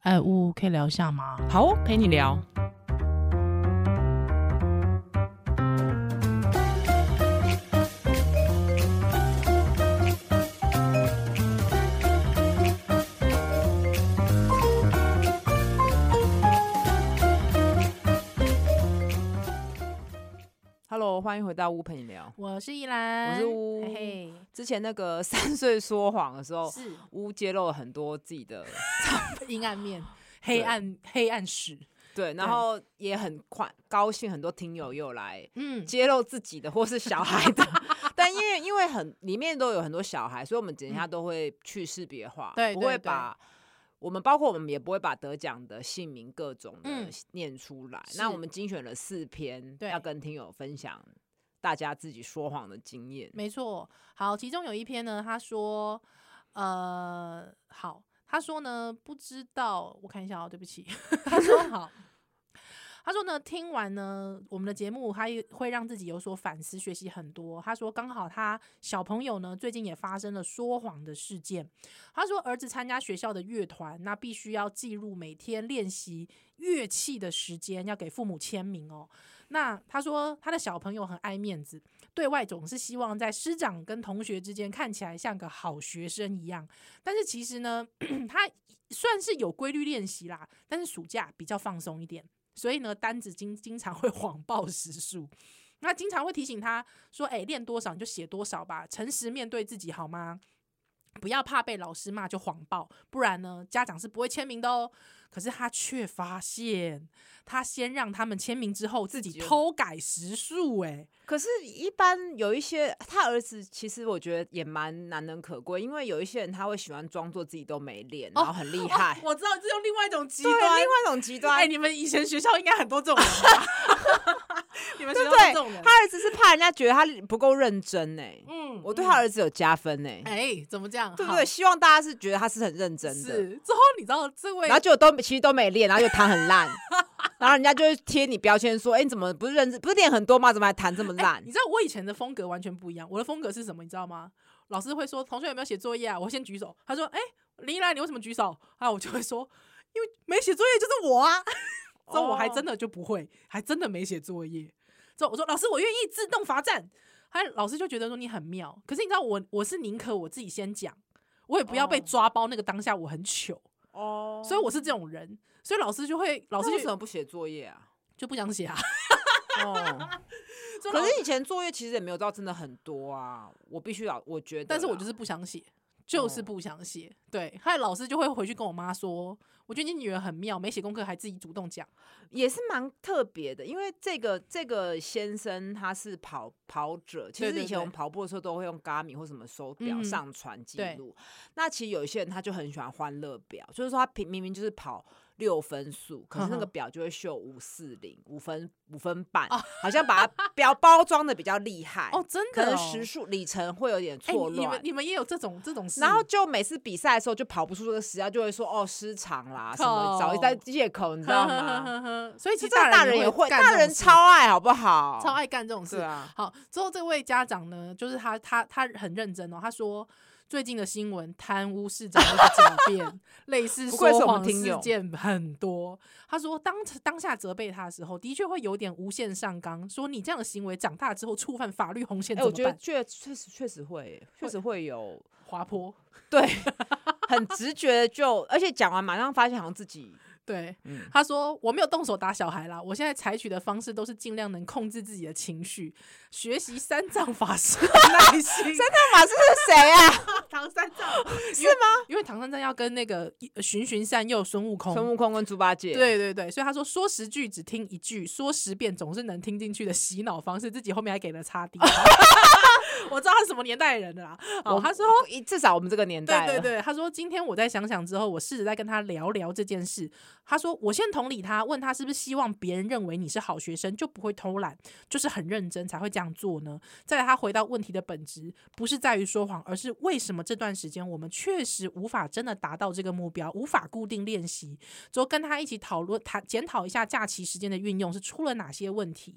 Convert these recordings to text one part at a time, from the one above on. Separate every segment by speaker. Speaker 1: 哎，呜，可以聊一下吗？
Speaker 2: 好哦，陪你聊。Hello，欢迎回到屋陪你聊。
Speaker 1: 我是依兰，
Speaker 2: 我是乌哦
Speaker 1: 嘿嘿，
Speaker 2: 之前那个 三岁说谎的时候，
Speaker 1: 是
Speaker 2: 乌揭露了很多自己的
Speaker 1: 阴暗面，黑暗黑暗史，
Speaker 2: 对，然后也很快高兴，很多听友又来
Speaker 1: 嗯，
Speaker 2: 揭露自己的或是小孩 的，但因为因为很里面都有很多小孩，所以我们等一下都会去识别化，
Speaker 1: 对
Speaker 2: 不
Speaker 1: 对对
Speaker 2: 会把我们包括我们也不会把得奖的姓名各种的
Speaker 1: 嗯
Speaker 2: 念出来。那
Speaker 1: 是
Speaker 2: 我们精选了四篇，
Speaker 1: 对
Speaker 2: 要跟听友分享大家自己说谎的经验。
Speaker 1: 没错。好，其中有一篇呢，他说，呃，好，他说呢，不知道，我看一下哦，对不起，他说好。他说呢，听完呢我们的节目，他也会让自己有所反思，学习很多。他说，刚好他小朋友呢最近也发生了说谎的事件。他说，儿子参加学校的乐团，那必须要记录每天练习乐器的时间，要给父母签名哦。那他说，他的小朋友很爱面子，对外总是希望在师长跟同学之间看起来像个好学生一样，但是其实呢， 他算是有规律练习啦，但是暑假比较放松一点，所以呢，单子经经常会谎报时数。那经常会提醒他说：“哎、练多少你就写多少吧，诚实面对自己好吗？不要怕被老师骂就谎报，不然呢，家长是不会签名的哦。”可是他却发现，他先让他们签名之后，自己
Speaker 2: 己又
Speaker 1: 偷改时数、哎，
Speaker 2: 可是，一般有一些他儿子，其实我觉得也蛮难能可贵，因为有一些人他会喜欢装作自己都没练，然后很厉害。
Speaker 1: 我知道，这用另外一种极
Speaker 2: 哦 对，
Speaker 1: 端。
Speaker 2: 另外一种极端，
Speaker 1: 哎、你们以前学校应该很多这种人 吧？你们学校
Speaker 2: 对
Speaker 1: 都
Speaker 2: 不
Speaker 1: 这
Speaker 2: 对
Speaker 1: 种人？？
Speaker 2: 他儿子是怕人家觉得他不够认真呢、
Speaker 1: 嗯
Speaker 2: 我对他
Speaker 1: 嗯
Speaker 2: 儿子有加分呢、欸
Speaker 1: 哎、怎么这样？
Speaker 2: 对不
Speaker 1: 好
Speaker 2: 对？？希望大家是觉得他是很认真的，
Speaker 1: 是之后你知道这位
Speaker 2: 然后就都其实都没练，然后又弹 很烂，然后人家就会贴你标签说：“哎、你怎么不是认真？不是练很多吗？怎么还弹这么
Speaker 1: 哎
Speaker 2: 烂？”
Speaker 1: 你知道我以前的风格完全不一样，我的风格是什么？你知道吗？老师会说：“同学有没有写作业啊？”我先举手。他说：“哎、林依兰，你为什么举手？”啊，我就会说：“因为没写作业就是我啊。” 之后我还真的就不会，还真的没写作业。之后我说：“老师，我愿意自动罚站。”他老师就觉得说你很妙，可是你知道我我是宁可我自己先讲，我也不要被
Speaker 2: 哦
Speaker 1: 抓包。那个当下我很糗，
Speaker 2: 哦
Speaker 1: 所以我是这种人，所以老师就会老
Speaker 2: 老
Speaker 1: 师
Speaker 2: 师为什
Speaker 1: 就
Speaker 2: 么不写作业啊？
Speaker 1: 就不想写啊。
Speaker 2: 哦。
Speaker 1: 所以老
Speaker 2: 可
Speaker 1: 师
Speaker 2: 是以前作业其实也没有到真的很多啊，我必须要，我觉得啦，
Speaker 1: 但是我就是不想写，就是
Speaker 2: 哦
Speaker 1: 不想写。对，后来老师就会回去跟我妈说，我觉得你女儿很妙，没写功课还自己主动讲。
Speaker 2: 也是蛮特别的，因为这个这个先生他是跑跑者，其
Speaker 1: 对
Speaker 2: 实
Speaker 1: 对
Speaker 2: 以前我们
Speaker 1: 对
Speaker 2: 跑步的时候都会用 Garmin 或什么手表
Speaker 1: 嗯
Speaker 2: 上传记
Speaker 1: 对
Speaker 2: 录。那其实有一些人他就很喜欢欢乐表，就是说他平明明就是跑。六分速，可是那
Speaker 1: 嗯
Speaker 2: 个
Speaker 1: 哼
Speaker 2: 表就会秀五四零、五分五分半，好像把 它标包装的比较厉害
Speaker 1: 哦，真
Speaker 2: 可
Speaker 1: 的、
Speaker 2: 能
Speaker 1: 哦，
Speaker 2: 时数里程会有点
Speaker 1: 哎、
Speaker 2: 错
Speaker 1: 你你
Speaker 2: 乱
Speaker 1: 们。你们也有这种这种事，
Speaker 2: 然后就每次比赛的时候就跑不出这个时间，就会说哦失常啦，什么找一
Speaker 1: 靠
Speaker 2: 堆借口，你
Speaker 1: 你
Speaker 2: 知道吗？
Speaker 1: 所以其
Speaker 2: 其
Speaker 1: 实
Speaker 2: 实大人也
Speaker 1: 也
Speaker 2: 会，
Speaker 1: 干
Speaker 2: 大
Speaker 1: 这
Speaker 2: 人
Speaker 1: 种事
Speaker 2: 超爱，好不好？
Speaker 1: 超爱干这种事
Speaker 2: 对。啊，
Speaker 1: 好，之后这位家长呢，就是他，他，他很认真哦。他说最近的新闻贪污市长的狡 辩，类似
Speaker 2: 不愧是
Speaker 1: 说
Speaker 2: 我们
Speaker 1: 谎
Speaker 2: 听
Speaker 1: 事
Speaker 2: 友
Speaker 1: 件很多。他说当当下责备他的时候，的确会有点无限上纲，说你这样的行为长大之后触犯法律红线
Speaker 2: 哎、
Speaker 1: 怎
Speaker 2: 我
Speaker 1: 么
Speaker 2: 觉得
Speaker 1: 办？
Speaker 2: 确确实确实会耶，确
Speaker 1: 会
Speaker 2: 实会有
Speaker 1: 滑坡，
Speaker 2: 对，很直觉的就，而且讲完马上发现好像自 己
Speaker 1: 对。
Speaker 2: 嗯，
Speaker 1: 他说：“我没有动手打小孩啦，我现在采取的方式都是尽量能控制自己的情绪，学习三藏法师的耐心。
Speaker 2: 三藏法师是谁啊？
Speaker 1: 唐三 藏是吗？因为唐三藏要跟那个呃循循善诱孙悟空。
Speaker 2: 孙悟空跟猪八戒，，
Speaker 1: 对对对，所以他说说十句只听一句，说十遍总是能听进去的洗脑方式，自己后面还给了擦地。 我知道他是什么年代人的啦。哦，他说
Speaker 2: 一至少我们这个年代，
Speaker 1: 对对，对，他说今天我再想想之后，我试着再跟他聊聊这件事。他说我先同理他，问他是不是希望别人认为你是好学生就不会偷懒，就是很认真才会这样做呢？再来，他回到问题的本质，不是在于说谎，而是为什么么这段时间我们确实无法真的达到这个目标，无法固定练习，之后跟他一起讨论、谈检讨一下假期时间的运用是出了哪些问题。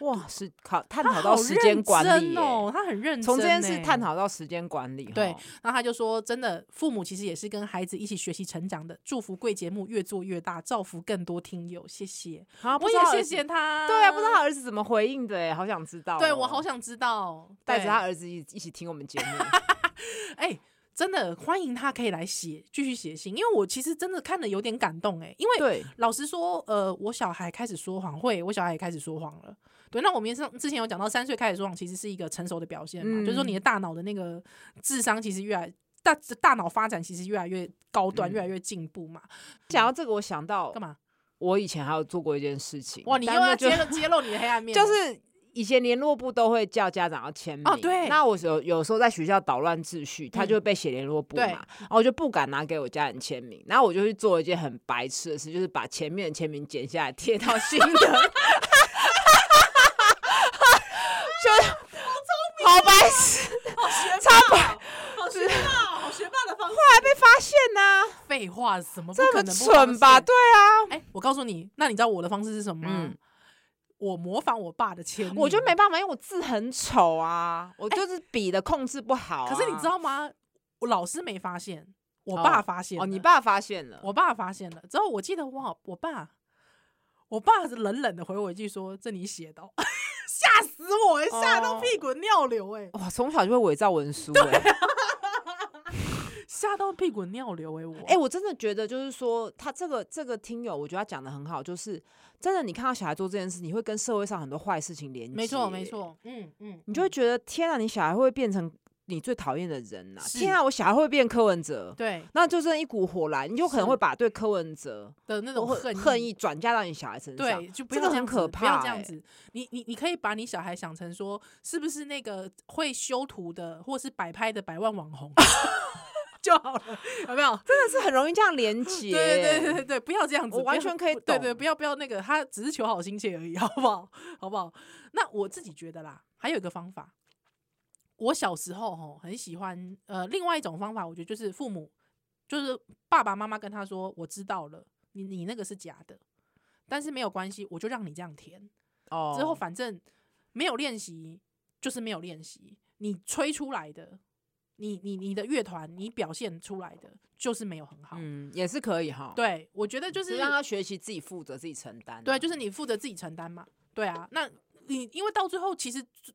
Speaker 2: 哇，是考探
Speaker 1: 他
Speaker 2: 讨到
Speaker 1: 好
Speaker 2: 时间
Speaker 1: 认
Speaker 2: 管理
Speaker 1: 真
Speaker 2: 耶、
Speaker 1: 哦，他很认真、欸。
Speaker 2: 从这件事探，讨到时间管理，
Speaker 1: 对
Speaker 2: 吼，
Speaker 1: 然后他就说，真的，父母其实也是跟孩子一起学习成长的。祝福贵节目越做越大，造福更多听友，谢谢。
Speaker 2: 啊，不
Speaker 1: 我
Speaker 2: 知道
Speaker 1: 也
Speaker 2: 儿
Speaker 1: 谢
Speaker 2: 子
Speaker 1: 谢他。
Speaker 2: 对啊，不知道他儿子怎么回应的耶，好想知道哦、
Speaker 1: 对我好想知道，
Speaker 2: 带着
Speaker 1: 对
Speaker 2: 他儿子一一起听我们节目。
Speaker 1: 哎、真的欢迎他可以来写，继续写信，因为我其实真的看了有点感动哎、因为
Speaker 2: 对，
Speaker 1: 老实说，呃，我小孩开始说谎，会，我小孩也开始说谎了。对，那我们上之前有讲到，三岁开始说谎其实是一个成熟的表现嘛，就是说
Speaker 2: 嗯
Speaker 1: 你的大脑的那个智商其实越来大，大脑发展其实越来越高端，
Speaker 2: 嗯
Speaker 1: 越来越进步嘛。
Speaker 2: 讲到这个，我想到
Speaker 1: 干嘛？我
Speaker 2: 我以前还有做过一件事情，
Speaker 1: 哇，你又
Speaker 2: 但
Speaker 1: 要
Speaker 2: 那就
Speaker 1: 揭露揭露你的黑暗面了，
Speaker 2: 就是以前联络部都会叫家长要签名，
Speaker 1: 哦对嗯
Speaker 2: 那我有有时候在学校捣乱秩序，他就会被写联络部嘛，
Speaker 1: 对
Speaker 2: 然后我就不敢拿给我家人签名，然后我就去做一件很白痴的事，就是把前面的签名剪下来 贴到新的，就是好白痴，
Speaker 1: 超棒，哦好学霸，哦好学霸的方式。
Speaker 2: 还被 发现呐、
Speaker 1: 废话，什么不
Speaker 2: 这
Speaker 1: 可
Speaker 2: 么
Speaker 1: 能不发
Speaker 2: 蠢吧？
Speaker 1: 现
Speaker 2: 对啊，
Speaker 1: 哎、我告诉你，那你知道我的方式是什么吗？
Speaker 2: 嗯
Speaker 1: 我模仿我爸的签名，
Speaker 2: 我就没。办法，因为我字很丑啊，我就是笔的控制不好、
Speaker 1: 哎
Speaker 2: 啊哦
Speaker 1: 可是你知。道吗？我老师没发现，我爸发现了
Speaker 2: 哦，你？爸发现了，
Speaker 1: 我爸发现了。之后我记得我好，我爸，我爸是冷冷的回我一句说：“这你写的哦、吓死我、欸，吓到
Speaker 2: 哦
Speaker 1: 屁滚尿流、欸，
Speaker 2: 哇，从小就会伪造文书、欸，
Speaker 1: 吓到屁滚尿流、欸，我，
Speaker 2: 哎、我真的觉得就是说，他这个这个听友，我觉得他讲的很好，就是真的，你看到小孩做这件事，你会跟社会上很多坏事情连接，
Speaker 1: 没错没，错，嗯嗯，
Speaker 2: 你就会觉得天啊，你小孩会不会变成你最讨厌的人呐、
Speaker 1: 是
Speaker 2: 天啊，我小孩会不会变柯文哲，
Speaker 1: 对
Speaker 2: 那就是一股火来，你就可能
Speaker 1: 是
Speaker 2: 会把对柯文哲
Speaker 1: 的那种
Speaker 2: 或
Speaker 1: 恨
Speaker 2: 恨意转嫁到你小孩身上。
Speaker 1: 对，就不
Speaker 2: 这
Speaker 1: 要这
Speaker 2: 个很
Speaker 1: 样
Speaker 2: 可
Speaker 1: 子不要
Speaker 2: 怕
Speaker 1: 这样
Speaker 2: 欸
Speaker 1: 子。你你你可以把你小孩想成说，是不是那个会修图的，或是摆拍的百万网红就好了，有没有？
Speaker 2: 真的是很容易这 样连 结。
Speaker 1: 对对对对对，不要这样子，
Speaker 2: 我
Speaker 1: 不
Speaker 2: 完
Speaker 1: 要
Speaker 2: 全可以
Speaker 1: 不对对，
Speaker 2: 懂
Speaker 1: 不要不要那个，他只是求好心切而已， 好不好？好不好？那我自己觉得啦，还有一个方法，我小时候吼很喜欢，呃，另外一种方法，我觉得就是父母，就是爸爸妈妈跟他说，我知道了，你你那个是假的，但是没有关系，我就让你这样填，
Speaker 2: 哦
Speaker 1: 之后反正没有练习就是没有练习，你吹出来的。你你你的乐团，你表现出来的就是没有很好，
Speaker 2: 嗯也是可以哈，，
Speaker 1: 对，我觉得就
Speaker 2: 就是是让他学习自己负责、自己承担啊、
Speaker 1: 对，就是你负责自己承担嘛。对啊，那你因为到最后其实最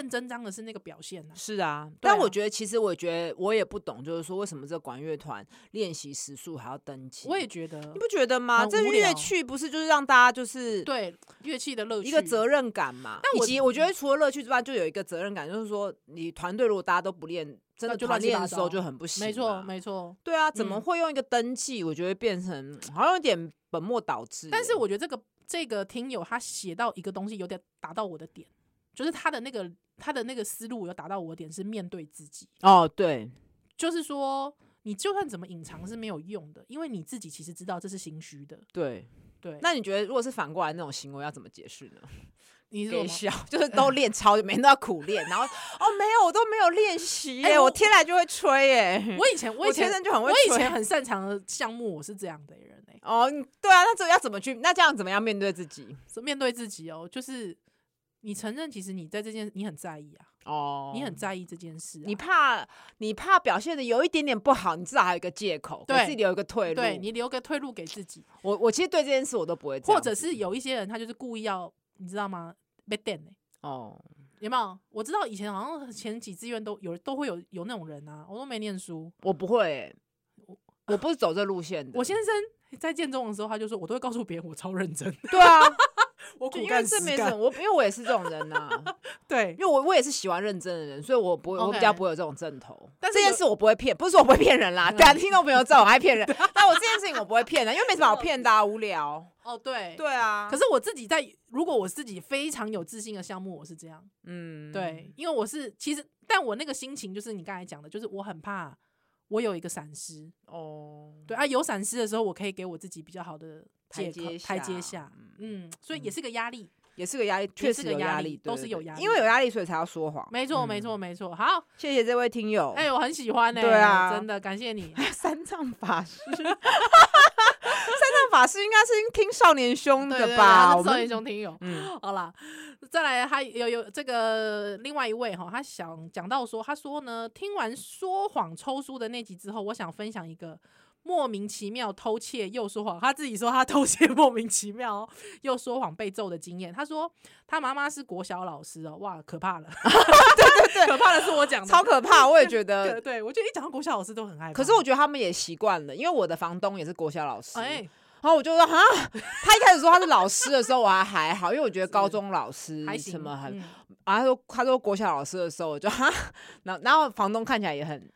Speaker 1: 见真章的是那个表现呐、
Speaker 2: 是啊，
Speaker 1: 对
Speaker 2: 但
Speaker 1: 啊
Speaker 2: 我觉得其实我觉得我也不懂，就是说为什么这管乐团练习时数还要登记？
Speaker 1: 我也觉得
Speaker 2: 你，不觉得吗？
Speaker 1: 很
Speaker 2: 这
Speaker 1: 无
Speaker 2: 乐
Speaker 1: 聊
Speaker 2: 器不是就是让大家就是
Speaker 1: 对乐器的乐趣
Speaker 2: 一个责任感嘛？
Speaker 1: 但我
Speaker 2: 以及我觉嗯得除了乐趣之外，就有一个责任感，就是说你团队如果大家都不练，真
Speaker 1: 那
Speaker 2: 的
Speaker 1: 就
Speaker 2: 团
Speaker 1: 乱七
Speaker 2: 练
Speaker 1: 八
Speaker 2: 的时候
Speaker 1: 糟
Speaker 2: 就很不行、
Speaker 1: 没错，。没错。
Speaker 2: 对啊，怎么
Speaker 1: 嗯
Speaker 2: 会用一个登记？我觉得变成好像有点本末倒置欸。
Speaker 1: 但是我觉得这个这个听友他写到一个东西有点打到我的点，就是他的那个他的那个思路有打到我的点是面对自己，
Speaker 2: 哦，对，
Speaker 1: 就是说你就算怎么隐藏是没有用的，因为你自己其实知道这是心虚的。
Speaker 2: 对，
Speaker 1: 对，
Speaker 2: 那你觉得如果是反过来那种行为要怎么解释呢？
Speaker 1: 你是
Speaker 2: 给
Speaker 1: 说什么
Speaker 2: 笑， 就是都练超，每天都要苦练，然后哦没有，我都没有练习耶，
Speaker 1: 哎我
Speaker 2: 我天然就会吹耶，
Speaker 1: 我以前我以前
Speaker 2: 天生就很会
Speaker 1: 我以
Speaker 2: 吹
Speaker 1: 前。很擅长的项目，我是这样的人哎、
Speaker 2: 哦，你对啊，那这个要怎么去？那这样怎么样面对自己？
Speaker 1: 是面对自己哦，就是你承认，其实你在这件你很在意啊，
Speaker 2: 哦，
Speaker 1: 你很在意这件事啊、
Speaker 2: 你怕你怕表现的有一点点不好，你至少还有一个借口，给
Speaker 1: 对
Speaker 2: 自己留一个退路。
Speaker 1: 对你留个退路给自己，
Speaker 2: 我我其实对这件事我都不会这样子，
Speaker 1: 或者是有一些人他就是故意要，你知道吗？被电呢、
Speaker 2: 哦，
Speaker 1: 有没有？我知道以前好像前几志愿都有都会有有那种人啊，我都没念书。
Speaker 2: 我不会耶，我不是走这路线的。
Speaker 1: 我先生在建中的时候，他就说，我都会告诉别人我超认真，
Speaker 2: 对啊，
Speaker 1: 我
Speaker 2: 就
Speaker 1: 苦
Speaker 2: 因为
Speaker 1: 干
Speaker 2: 这
Speaker 1: 实
Speaker 2: 没什么，
Speaker 1: 干。
Speaker 2: 我因为我也是这种人啊呐、
Speaker 1: 对
Speaker 2: 因，为我我也是喜欢认真的人，所以我不会我比
Speaker 1: OK
Speaker 2: 较不会有这种正头。
Speaker 1: 但是
Speaker 2: 这件
Speaker 1: 有
Speaker 2: 事我不会骗，不是说我不会骗人啦，
Speaker 1: 嗯
Speaker 2: 对啊，听众朋友知道我爱骗 人，但我这件事情我不会骗人，因为没什么好骗的、啊，无聊。
Speaker 1: 哦 对。
Speaker 2: 对啊，
Speaker 1: 可
Speaker 2: 是
Speaker 1: 是我自己在，如果我自己非常有自信的项目，我是这样。
Speaker 2: 嗯，
Speaker 1: 对，因为我是其实，但我那个心情就是你刚才讲的，就是我很怕我有一个闪失。
Speaker 2: 哦，
Speaker 1: 对啊，有闪失的时候，我可以给我自己比较好的
Speaker 2: 台
Speaker 1: 借口
Speaker 2: 阶
Speaker 1: 台阶
Speaker 2: 下嗯
Speaker 1: 下。嗯，所以也是个压力。
Speaker 2: 也是个压力，确实
Speaker 1: 个
Speaker 2: 有
Speaker 1: 压
Speaker 2: 压
Speaker 1: 力
Speaker 2: 力，
Speaker 1: 都
Speaker 2: 对
Speaker 1: 是
Speaker 2: 对
Speaker 1: 有
Speaker 2: 对
Speaker 1: 压
Speaker 2: 因为有
Speaker 1: 力
Speaker 2: 压力所以才要说谎。
Speaker 1: 没错，没
Speaker 2: 嗯
Speaker 1: 错，没错。好，
Speaker 2: 谢谢这位听友，
Speaker 1: 哎、我很喜欢呢、
Speaker 2: 对啊
Speaker 1: 真的感谢你。
Speaker 2: 三藏法师， 三藏法师应该是听少年兄
Speaker 1: 对对对
Speaker 2: 的吧？
Speaker 1: 他
Speaker 2: 我
Speaker 1: 是少
Speaker 2: 们
Speaker 1: 年兄听友。
Speaker 2: 嗯，
Speaker 1: 好啦，再来，还有有这个另外一位哈，他想讲到说，他说呢，听完说谎抽书的那集之后，我想分享一个莫名其妙偷窃又说谎，他自己说他偷窃莫名其妙哦又说谎被揍的经验。他说他妈妈是国小老师哦，哇，可怕了， 对对对，可怕的是我讲的，
Speaker 2: 超可怕，我也觉
Speaker 1: 对
Speaker 2: 得。
Speaker 1: 对，我觉得一讲到国小老师都很害怕。
Speaker 2: 可是我觉得他们也习惯了，因为我的房东也是国小老师，
Speaker 1: 哎，
Speaker 2: 然后我就说啊，他一开始说他是老师的时候我还还好，因为我觉得高中老师
Speaker 1: 还行，
Speaker 2: 什么很，
Speaker 1: 嗯
Speaker 2: 啊他说他说国小老师的时候我就哈，然后然后房东看起来也很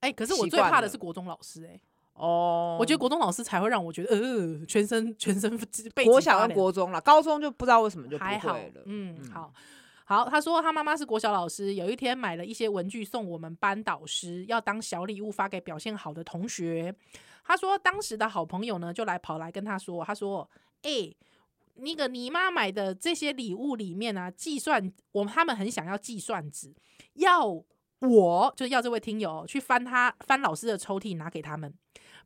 Speaker 1: 哎、可是我
Speaker 2: 习
Speaker 1: 最
Speaker 2: 惯
Speaker 1: 怕的
Speaker 2: 了
Speaker 1: 是国中老师哎、
Speaker 2: 哦，
Speaker 1: 我觉得国中老师才会让我觉得，呃，全身全身被
Speaker 2: 国
Speaker 1: 挤发
Speaker 2: 小跟
Speaker 1: 凉
Speaker 2: 国中了，高中就不知道为什么就不
Speaker 1: 还好
Speaker 2: 会了，，
Speaker 1: 嗯，
Speaker 2: 嗯
Speaker 1: 好。好，他说他妈妈是国小老师，有一天买了一些文具送我们班导师，要当小礼物发给表现好的同学。他说当时的好朋友呢，就来跑来跟他说，他说：“哎、那个你妈买的这些礼物里面啊，计算我们他们很想要计算纸，要我就是要这位听友去翻他翻老师的抽屉拿给他们，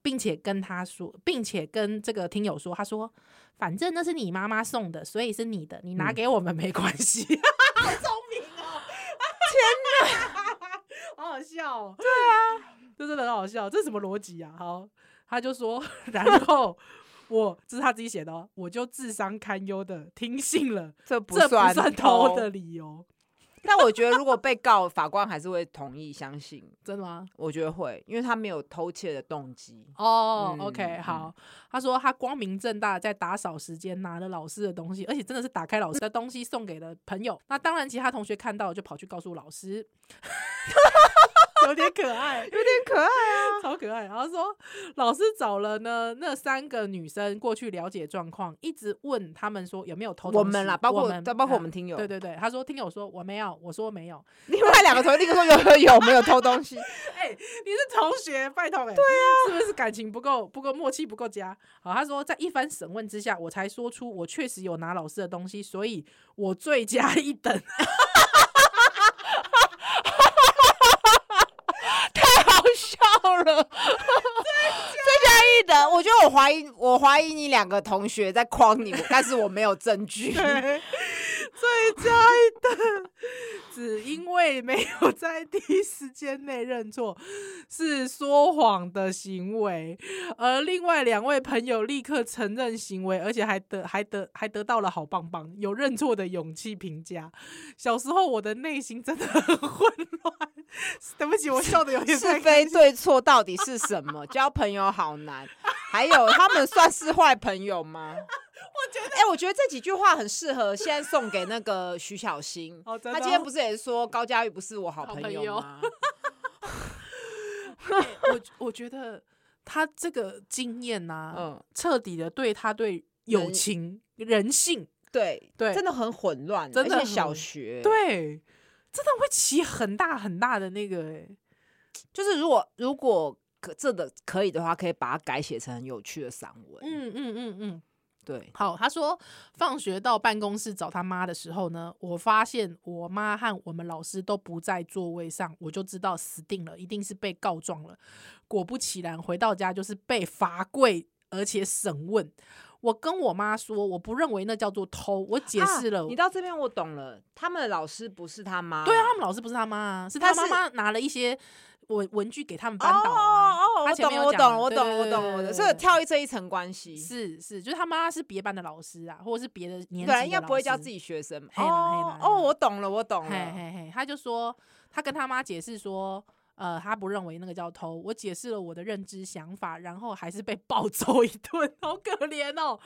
Speaker 1: 并且跟他说，并且跟这个听友说，他说反正那是你妈妈送的，所以是你的，你拿
Speaker 2: 嗯
Speaker 1: 给我们没关系。 好聪明哦！天哪， 好好笑哦！对啊，这真的很好笑，这是什么逻辑啊？好，他就说， 然后。我这是他自己写的哦，我就智商堪忧的听信了，
Speaker 2: 这不
Speaker 1: 这不
Speaker 2: 算
Speaker 1: 算偷的。理由，
Speaker 2: 但我觉得如果被告，法官还是会同意相信，
Speaker 1: 真的吗？
Speaker 2: 我觉得会，因为他没有偷窃的动机。
Speaker 1: 哦、
Speaker 2: 嗯
Speaker 1: o k
Speaker 2: 嗯
Speaker 1: 好。他说他光明正大地在打扫时间拿了老师的东西，而且真的是打开老师的东西送给了朋友。那当然，其他同学看到就跑去告诉老师， 有点可 爱，有点
Speaker 2: 可爱
Speaker 1: 啊，超可爱。然后说老师找了呢那三个女生过去了解状况，一直问他们说有没有偷东
Speaker 2: 我
Speaker 1: 西。
Speaker 2: 们啦，包括
Speaker 1: 们
Speaker 2: 包括我
Speaker 1: 啊
Speaker 2: 们听友，
Speaker 1: 对对对，他说听友说我没有，我说没有，
Speaker 2: 另外两个同学立刻说有有有没有偷 东西，
Speaker 1: 哎、你是同学，拜托哎、对啊，是不是感情不够不够默契不够佳？好，他说在一番审问之下，我才说出我确实有拿老师的东西，所以我罪加一 等。
Speaker 2: 好笑了。最加一的，我觉得我怀疑，我怀疑你两个同学在诓你，但是我没有证据。
Speaker 1: 只因为没有在第一时间内认错是说谎的行为，而另外两位朋友立刻承认行为，而且还得还得还得到了好棒棒，有认错的勇气评价。小时候我的内心真的很混乱，对不起，我笑 的有点太
Speaker 2: 是非对错到底是什 么？交朋友好难。还有，他们算是坏朋友吗？ 我觉得，哎、我觉得这几句话很适合现在送给那个徐小 新。
Speaker 1: 哦真的
Speaker 2: 他今天不是也说高佳玉不是我好
Speaker 1: 好
Speaker 2: 朋
Speaker 1: 朋
Speaker 2: 友
Speaker 1: 友
Speaker 2: 吗？
Speaker 1: 我我觉得他这个经验呐、
Speaker 2: 嗯，
Speaker 1: 彻底的对他对友
Speaker 2: 人
Speaker 1: 情、人性，
Speaker 2: 对
Speaker 1: 对
Speaker 2: 真的很混乱，
Speaker 1: 真的
Speaker 2: 而
Speaker 1: 很
Speaker 2: 且小学，，
Speaker 1: 对，真的会起很大很大的那个、欸，
Speaker 2: 就是如果如果可这的可以的话，可以把它改写成很有趣的散文。嗯，啊
Speaker 1: 嗯嗯嗯嗯。
Speaker 2: 对，
Speaker 1: 好，他说放学到办公室找他妈的时候呢，我发现我妈和我们老师都不在座位上，我就知道死定了，一定是被告状了。果不其然，回到家就是被罚跪，而且审问。我跟我妈说，我不认为那叫做偷，我解释了。
Speaker 2: 啊你到这边我懂了，他们的老师不是他妈，
Speaker 1: 对啊，他们老师不是他妈啊，是他妈
Speaker 2: 他是
Speaker 1: 妈拿了一些文文具给他们
Speaker 2: 哦
Speaker 1: 班导啊。
Speaker 2: 哦哦，
Speaker 1: 他
Speaker 2: 我
Speaker 1: 前
Speaker 2: 懂
Speaker 1: 面
Speaker 2: 了，
Speaker 1: 有
Speaker 2: 我
Speaker 1: 讲
Speaker 2: 懂了，我
Speaker 1: 对
Speaker 2: 懂了，我
Speaker 1: 对
Speaker 2: 懂
Speaker 1: 对
Speaker 2: 了，我
Speaker 1: 对
Speaker 2: 的，
Speaker 1: 对
Speaker 2: 所以跳一这一层关系。
Speaker 1: 是是，就是他妈是别班的老师啊，或者是别的年级
Speaker 2: 对啊，
Speaker 1: 的
Speaker 2: 应该不会
Speaker 1: 老
Speaker 2: 叫
Speaker 1: 师
Speaker 2: 自己学生嘛。
Speaker 1: 嘿啦嘿啦
Speaker 2: 哦
Speaker 1: 嘿啦
Speaker 2: 哦，我懂了，我懂
Speaker 1: 嘿
Speaker 2: 了。
Speaker 1: 嘿嘿，他就说他跟他妈解释说，呃，他不认为那个叫偷，我解释了我的认知想法，然后还是被暴揍一顿，好可怜哦，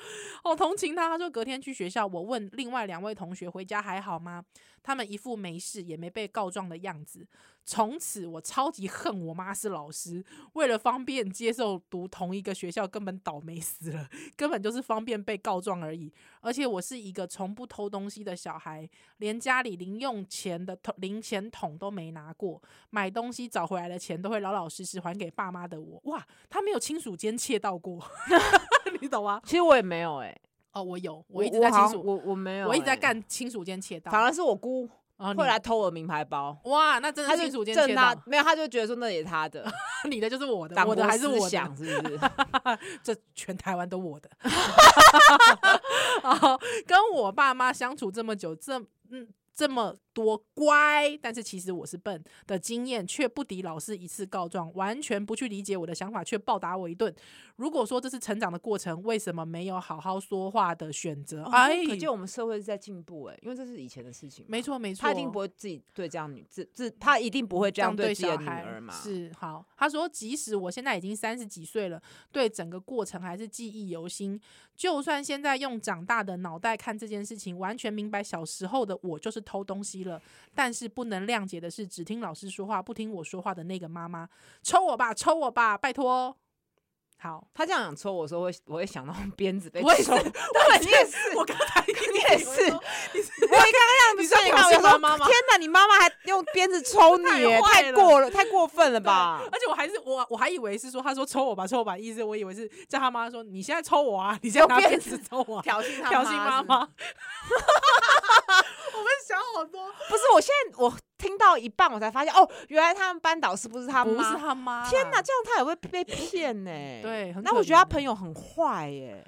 Speaker 1: 好同情他。他说隔天去学校，我问另外两位同学回家还好吗？他们一副没事也没被告状的样子。从此我超级恨我妈是老师，为了方便接受读同一个学校，根本倒霉死了，根本就是方便被告状而已。而且我是一个从不偷东西的小孩，连家里零用钱的桶零钱桶都没拿过，买东西找回来的钱都会老老实实还给爸妈的我，哇，他没有亲属间窃到过，你懂吗？
Speaker 2: 其实我也没有哎，
Speaker 1: 哦，我有，我一直在
Speaker 2: 好
Speaker 1: 亲
Speaker 2: 像
Speaker 1: 属，
Speaker 2: 我我没有、
Speaker 1: 我一直在
Speaker 2: 欸，
Speaker 1: 干亲属间窃盗。
Speaker 2: 反而是我姑
Speaker 1: 哦，
Speaker 2: 会
Speaker 1: 你
Speaker 2: 来偷我名牌包。
Speaker 1: 哇，那真的
Speaker 2: 他
Speaker 1: 是亲
Speaker 2: 就
Speaker 1: 属间
Speaker 2: 正
Speaker 1: 窃
Speaker 2: 他
Speaker 1: 盗，
Speaker 2: 没有，他就觉得说那也他 的，
Speaker 1: 你的就是我的，
Speaker 2: 党
Speaker 1: 我的
Speaker 2: 国
Speaker 1: 还是
Speaker 2: 思
Speaker 1: 我的
Speaker 2: 想，是 不是？哦
Speaker 1: 这全台湾都我的。 好，跟我爸妈相处这么久，这嗯这么多乖，但是其实我是笨的经验，却不敌老师一次告状，完全不去理解我的想法，却暴打我一顿。如果说这是成长的过程，为什么没有好好说话的选择？哎
Speaker 2: 哎，，可见我们社会是在进步哎、因为这是以前的事情嘛。
Speaker 1: 没错没错，
Speaker 2: 他一定不会自己对这样女自自，他一定不会这样
Speaker 1: 对
Speaker 2: 对自己
Speaker 1: 小
Speaker 2: 的女
Speaker 1: 孩
Speaker 2: 儿嘛。
Speaker 1: 是好，他说即使我现在已经三十几岁了，对整个过程还是记忆犹新。就算现在用长大的脑袋看这件事情，完全明白小时候的我就是偷东西了，但是不能谅解的是，只听老师说话不听我说话的那个妈妈，抽我吧，抽我吧，拜托。好，
Speaker 2: 他这样想抽我的时候，会 我会想到鞭子被
Speaker 1: 我也
Speaker 2: 抽。
Speaker 1: 是
Speaker 2: 对，你也是，
Speaker 1: 我刚才你
Speaker 2: 你也是。我也刚刚那样子
Speaker 1: 你是要
Speaker 2: 说，你看
Speaker 1: 挑衅
Speaker 2: 我就
Speaker 1: 妈
Speaker 2: 说
Speaker 1: 妈吗
Speaker 2: 天哪，你妈妈还用鞭子抽你耶，
Speaker 1: 太坏
Speaker 2: 太
Speaker 1: 了
Speaker 2: 过了，太过分了
Speaker 1: 对
Speaker 2: 吧？
Speaker 1: 而且我还是我我还以为是说，他说抽我吧，抽我吧，意思我以为是叫他妈说你现在抽我啊，你现在拿
Speaker 2: 用
Speaker 1: 鞭
Speaker 2: 鞭
Speaker 1: 子抽我啊、
Speaker 2: 挑衅
Speaker 1: 挑衅妈
Speaker 2: 是
Speaker 1: 妈。我们想好多，
Speaker 2: 不是，我现在我听到一半，我才发现哦，原来他们班导师不是他
Speaker 1: 不是
Speaker 2: 妈。
Speaker 1: 他妈。
Speaker 2: 天哪，！这样他也会被骗呢？
Speaker 1: 对很
Speaker 2: 那
Speaker 1: 可
Speaker 2: 我觉得他
Speaker 1: 怜
Speaker 2: 朋友很坏耶。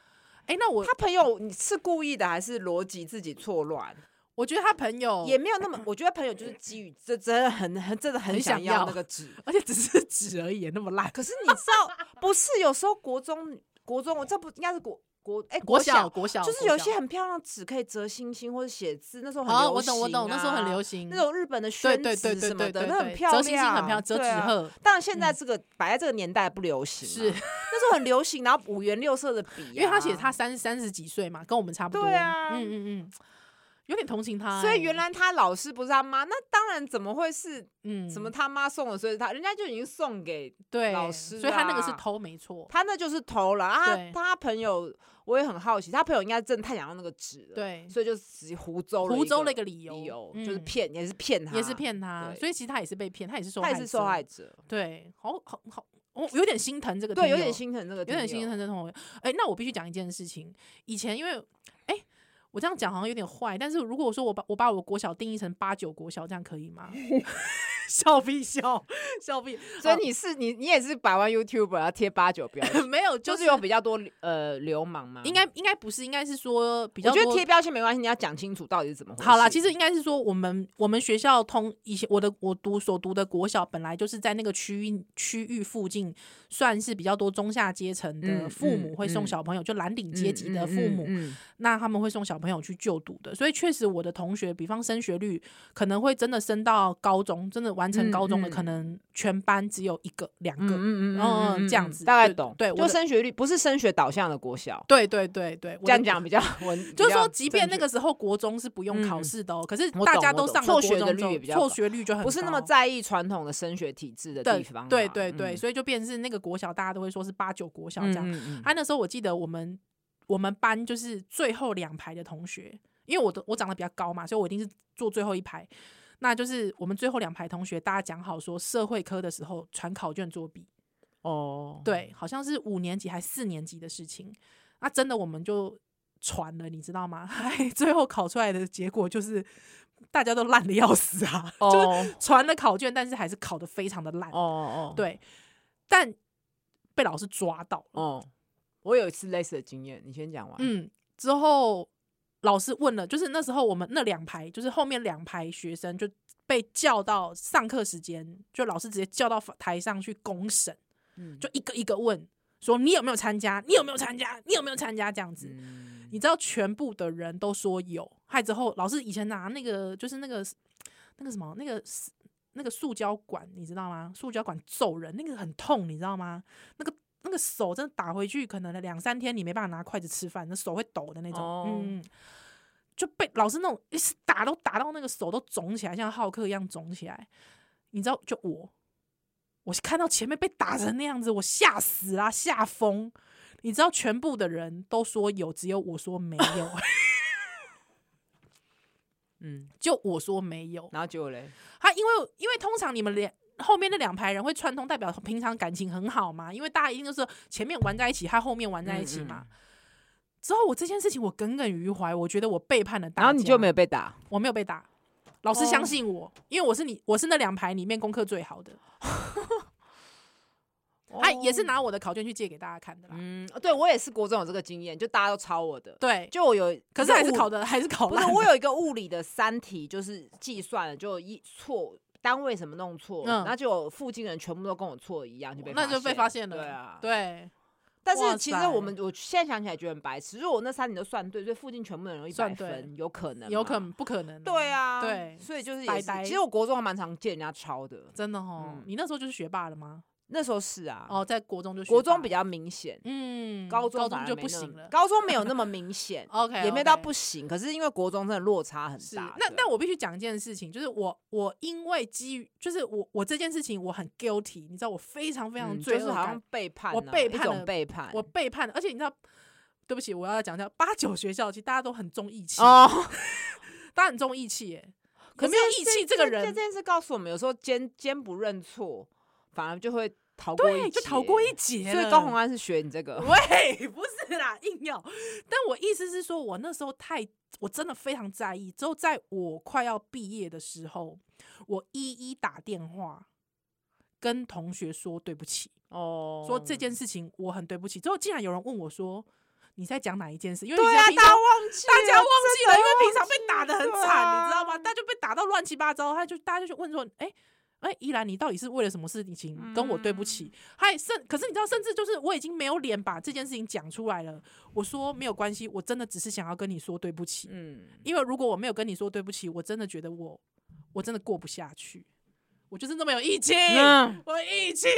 Speaker 1: 哎、那我
Speaker 2: 他朋友你是故意的还是逻辑自己错乱？
Speaker 1: 我觉得他朋友
Speaker 2: 也没有那么，我觉得朋友就是基于这真的很很真的很
Speaker 1: 很
Speaker 2: 想
Speaker 1: 想要
Speaker 2: 要那个纸。
Speaker 1: 而且只是纸而已，那么烂。
Speaker 2: 可是你知道，不是有时候国中国中，我这不应该是国国哎、
Speaker 1: 国
Speaker 2: 小
Speaker 1: 小国小
Speaker 2: 就是
Speaker 1: 国
Speaker 2: 有
Speaker 1: 小
Speaker 2: 些很漂亮的纸可以折星星或者写字，那时候很流行、
Speaker 1: 哦，我懂我懂，那时候很流
Speaker 2: 行。
Speaker 1: 行
Speaker 2: 那种日本的
Speaker 1: 对
Speaker 2: 宣
Speaker 1: 对对
Speaker 2: 纸
Speaker 1: 对
Speaker 2: 什么
Speaker 1: 对
Speaker 2: 的，
Speaker 1: 对，
Speaker 2: 那很
Speaker 1: 对
Speaker 2: 漂
Speaker 1: 折
Speaker 2: 亮，
Speaker 1: 星星很漂亮，折
Speaker 2: 对
Speaker 1: 纸
Speaker 2: 啊。
Speaker 1: 鹤
Speaker 2: 当然，现在
Speaker 1: 嗯
Speaker 2: 这个摆在这个年代不流行
Speaker 1: 是
Speaker 2: 嘛，那时候很流行，然后五颜六色的笔啊、
Speaker 1: 因为他写他三三十几岁嘛，跟我们差不多。
Speaker 2: 对啊
Speaker 1: 嗯嗯嗯，有点同情他欸。
Speaker 2: 所以原来他老师不是他妈，那当然怎么会是
Speaker 1: 嗯
Speaker 2: 什么他妈送的？所以他人家就已经送给
Speaker 1: 对
Speaker 2: 老师
Speaker 1: 所以他那个是
Speaker 2: 啊
Speaker 1: 偷没错。
Speaker 2: 他，那就是偷了啊
Speaker 1: 对。
Speaker 2: 他他朋友，我也很好奇，他朋友应该真的太想要那个纸了，，
Speaker 1: 对，
Speaker 2: 所以就只胡诌了
Speaker 1: 湖州
Speaker 2: 一
Speaker 1: 那
Speaker 2: 个
Speaker 1: 个理由
Speaker 2: 理由，
Speaker 1: 嗯
Speaker 2: 就是骗，也是骗他，
Speaker 1: 也是，骗他，
Speaker 2: 对
Speaker 1: 所以其实他也是被骗，他也是受害
Speaker 2: 他
Speaker 1: 者，
Speaker 2: 也是受害者，
Speaker 1: 对，好好好，我有点心疼这个听
Speaker 2: 对，
Speaker 1: 友，哦
Speaker 2: 有点心疼这个，
Speaker 1: 有点心。疼这个同学。哎、那我必须讲一件事情，以前因为哎、我这样讲好像有点坏，但是如果我说我把我把我国小定义成八九国小，这样可以 吗？笑屁笑笑屁，
Speaker 2: 所以
Speaker 1: 好
Speaker 2: 你是你你也是百万 YouTuber 要贴八 九标签，
Speaker 1: 没有就
Speaker 2: 就是是有比较多呃流氓吗？
Speaker 1: 应该应该不是，应该是说比较
Speaker 2: 我觉得
Speaker 1: 多
Speaker 2: 贴标签没关系，你要讲清楚到底是怎么回事。
Speaker 1: 好啦，其实应该是说我们我们学校通以前我的我读所读的国小本来就是在那个区域区域附近，算是比较多中下阶层的
Speaker 2: 嗯
Speaker 1: 父母
Speaker 2: 嗯
Speaker 1: 会送
Speaker 2: 嗯
Speaker 1: 小朋友，就蓝领阶级的父母，
Speaker 2: 嗯嗯嗯嗯
Speaker 1: 那他们会送小朋友去就读的，所以确实我的同学，比方升学率可能会真的升到高中，真的完成
Speaker 2: 嗯
Speaker 1: 高中的
Speaker 2: 嗯
Speaker 1: 可能全班只有一个两
Speaker 2: 嗯
Speaker 1: 个，
Speaker 2: 嗯嗯
Speaker 1: 嗯
Speaker 2: 嗯
Speaker 1: 这样子
Speaker 2: 大概
Speaker 1: 对
Speaker 2: 懂。
Speaker 1: 对我
Speaker 2: 就
Speaker 1: 的
Speaker 2: 升学率不是升学导向的国小，
Speaker 1: 对对对对，我
Speaker 2: 这样
Speaker 1: 的。
Speaker 2: 讲比较稳。
Speaker 1: 就是
Speaker 2: 比较
Speaker 1: 说，即便那
Speaker 2: 正
Speaker 1: 个时候国中是不用考
Speaker 2: 嗯
Speaker 1: 试的哦，可是
Speaker 2: 我
Speaker 1: 大
Speaker 2: 懂
Speaker 1: 家
Speaker 2: 我
Speaker 1: 都
Speaker 2: 懂
Speaker 1: 上了
Speaker 2: 辍
Speaker 1: 国
Speaker 2: 学
Speaker 1: 中
Speaker 2: 的率
Speaker 1: 之后
Speaker 2: 也比较
Speaker 1: 辍
Speaker 2: 高
Speaker 1: 学率就
Speaker 2: 确
Speaker 1: 很
Speaker 2: 不是那么
Speaker 1: 高
Speaker 2: 在意传统的升学体制的
Speaker 1: 对
Speaker 2: 地方啦。
Speaker 1: 对对对，
Speaker 2: 嗯
Speaker 1: 所以就变成是那个国小，大家都会说是八九国小这样。
Speaker 2: 嗯嗯嗯
Speaker 1: 啊，那时候我记得我们我们班就是最后两排的同学，因为我的我长得比较高嘛，所以我一定是坐最后一排。那就是我们最后两排同学，大家讲好说社会科的时候传考卷作弊，
Speaker 2: 哦，
Speaker 1: 对，好像是五年级还四年级的事情。那真的我们就传了，你知道吗？ 哎，最后考出来的结果就是大家都烂的要死啊， 就是
Speaker 2: 哦
Speaker 1: 传了考卷，但是还是考得非常的烂。
Speaker 2: 哦哦，
Speaker 1: 对，但被老师抓到了。
Speaker 2: 哦，我有一次类似的经验，你先讲完。
Speaker 1: 嗯，之后老师问了，就是那时候我们那两排，就是后面两排学生就被叫到上课时间，就老师直接叫到台上去公审，
Speaker 2: 嗯，
Speaker 1: 就一个一个问，说你有没有参加？你有没有参加？你有没有参加？这样子。
Speaker 2: 嗯
Speaker 1: 你知道全部的人都说有，害之后老师以前拿那个就是那个那个什么那个那个塑胶管，你知道吗？塑胶管揍人，那个很痛，你知道吗？那个那个手真的打回去，可能两三天你没办法拿筷子吃饭，那手会抖的那种。
Speaker 2: 哦
Speaker 1: 嗯，就被老师那种一直打都打到那个手都肿起来，像浩克一样肿起来。你知道，就我，我是看到前面被打成那样子，我吓死啦，吓疯。你知道，全部的人都说有，只有我说没有，
Speaker 2: 嗯，
Speaker 1: 就我说没有。
Speaker 2: 然后结果嘞，
Speaker 1: 他啊因为因为通常你们两后面那两排人会串通，代表
Speaker 2: 嗯
Speaker 1: 平常感情很好嘛，因为大家一定都是前面玩在一起，他后面玩在一起嘛。之后我这件事情我耿耿于怀，我觉得我背叛了大
Speaker 2: 然后你就
Speaker 1: 家
Speaker 2: 没有被打，
Speaker 1: 我没有被打，老师
Speaker 2: 哦
Speaker 1: 相信我，因为我是你，我是那两排里面功课最好的，他也是
Speaker 2: 哦。
Speaker 1: 拿我的考卷去借给大家看的啦。
Speaker 2: 嗯，对我也是国中有这个经验，就大家都抄我的，
Speaker 1: 对，
Speaker 2: 就我有，
Speaker 1: 可是还是
Speaker 2: 考。
Speaker 1: 考的还是考
Speaker 2: 不是，
Speaker 1: 烂
Speaker 2: 我
Speaker 1: 了。
Speaker 2: 有一个物理的三题，就是计算了就一错单位什么弄错，
Speaker 1: 嗯
Speaker 2: 然后就有附近人全部都跟我错一样，就被
Speaker 1: 那就被发现了。
Speaker 2: 对啊，。
Speaker 1: 对，
Speaker 2: 但是
Speaker 1: 哇
Speaker 2: 其实
Speaker 1: 塞
Speaker 2: 我们我现在想起来觉得很白痴，如果我那三题都算对，所以附近全部的人有一百
Speaker 1: 算对
Speaker 2: 分，有可能，啊
Speaker 1: 有可。能不可能？
Speaker 2: 对，啊，
Speaker 1: 对
Speaker 2: 所以就是
Speaker 1: 呆
Speaker 2: 也是
Speaker 1: 呆
Speaker 2: 其实我国中还蛮常借人家抄的，
Speaker 1: 真的哦
Speaker 2: 嗯。
Speaker 1: 你那时候就是学霸了吗？
Speaker 2: 那时候是啊，
Speaker 1: 哦，在国中就学
Speaker 2: 国
Speaker 1: 霸
Speaker 2: 中比较明显，
Speaker 1: 嗯，
Speaker 2: 高中
Speaker 1: 高
Speaker 2: 反
Speaker 1: 中就
Speaker 2: 而没
Speaker 1: 不
Speaker 2: 那么
Speaker 1: 行了。，
Speaker 2: 高中没有那么明显
Speaker 1: OK，
Speaker 2: 也没有到不行，可是因为国中真的落差很
Speaker 1: 是，
Speaker 2: 大。
Speaker 1: 那
Speaker 2: 对
Speaker 1: 那我必须讲一件事情，就是我我因为基于就是我我这件事情我很 guilty，你知道我非常非常
Speaker 2: 嗯
Speaker 1: 罪
Speaker 2: 就是
Speaker 1: 恶
Speaker 2: 好
Speaker 1: 感
Speaker 2: 像，背叛啊，
Speaker 1: 我背
Speaker 2: 一
Speaker 1: 叛
Speaker 2: 种
Speaker 1: 了
Speaker 2: 背叛，
Speaker 1: 我背叛了，而且你知道，对不起，我要讲一下八九学校，其实大家都很重义气，
Speaker 2: 哦，
Speaker 1: 大家很重义气耶。
Speaker 2: 可
Speaker 1: 有没有
Speaker 2: 是
Speaker 1: 义气这个人
Speaker 2: 这件事告诉我们，有时候坚坚不认错，反而就会逃过一
Speaker 1: 对，就
Speaker 2: 劫
Speaker 1: 逃过一劫了。
Speaker 2: 所以高红安是学你这个，
Speaker 1: 喂，不是啦，硬要。但我意思是说，我那时候太，我真的非常在意。之后在我快要毕业的时候，我一一打电话跟同学说对不起，
Speaker 2: 哦
Speaker 1: 说这件事情我很对不起。之后竟然有人问我说你在讲哪一件事，因为你
Speaker 2: 对
Speaker 1: 在
Speaker 2: 啊，
Speaker 1: 平
Speaker 2: 大
Speaker 1: 常
Speaker 2: 家忘记了，
Speaker 1: 大家忘记了，因
Speaker 2: 啊真的
Speaker 1: 为平常被打的很
Speaker 2: 对
Speaker 1: 惨，
Speaker 2: 啊
Speaker 1: 你知道吗？大家就被打到乱七八糟，他就大家就去问说，哎、哎、依兰，你到底是为了什么事情跟我对不起？
Speaker 2: 嗯
Speaker 1: 还甚，可是你知道，甚至就是我已经没有脸把这件事情讲出来了。我说没有关系，我真的只是想要跟你说对不起，
Speaker 2: 嗯，
Speaker 1: 因为如果我没有跟你说对不起，我真的觉得我我真的过不下去，我就是那么有义气，
Speaker 2: 嗯
Speaker 1: 我义气。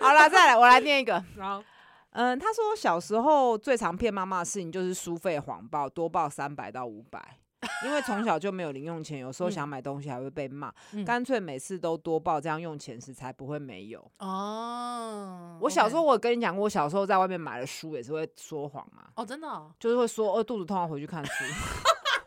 Speaker 2: 好啦，再来，我来念一个。
Speaker 1: 然后
Speaker 2: 嗯，他说小时候最常骗妈妈的事情就是书费谎报，多报三百到五百。因为从小就没有零用钱，有时候
Speaker 1: 嗯
Speaker 2: 想买东西还会被骂，
Speaker 1: 嗯
Speaker 2: 干脆每次都多报，这样用钱时才不会没有。
Speaker 1: 哦，
Speaker 2: 我小时候
Speaker 1: OK
Speaker 2: 我有跟你讲过，我小时候在外面买了书也是会说谎嘛，
Speaker 1: 哦，真的、哦、
Speaker 2: 就是会说哦肚子痛要回去看书。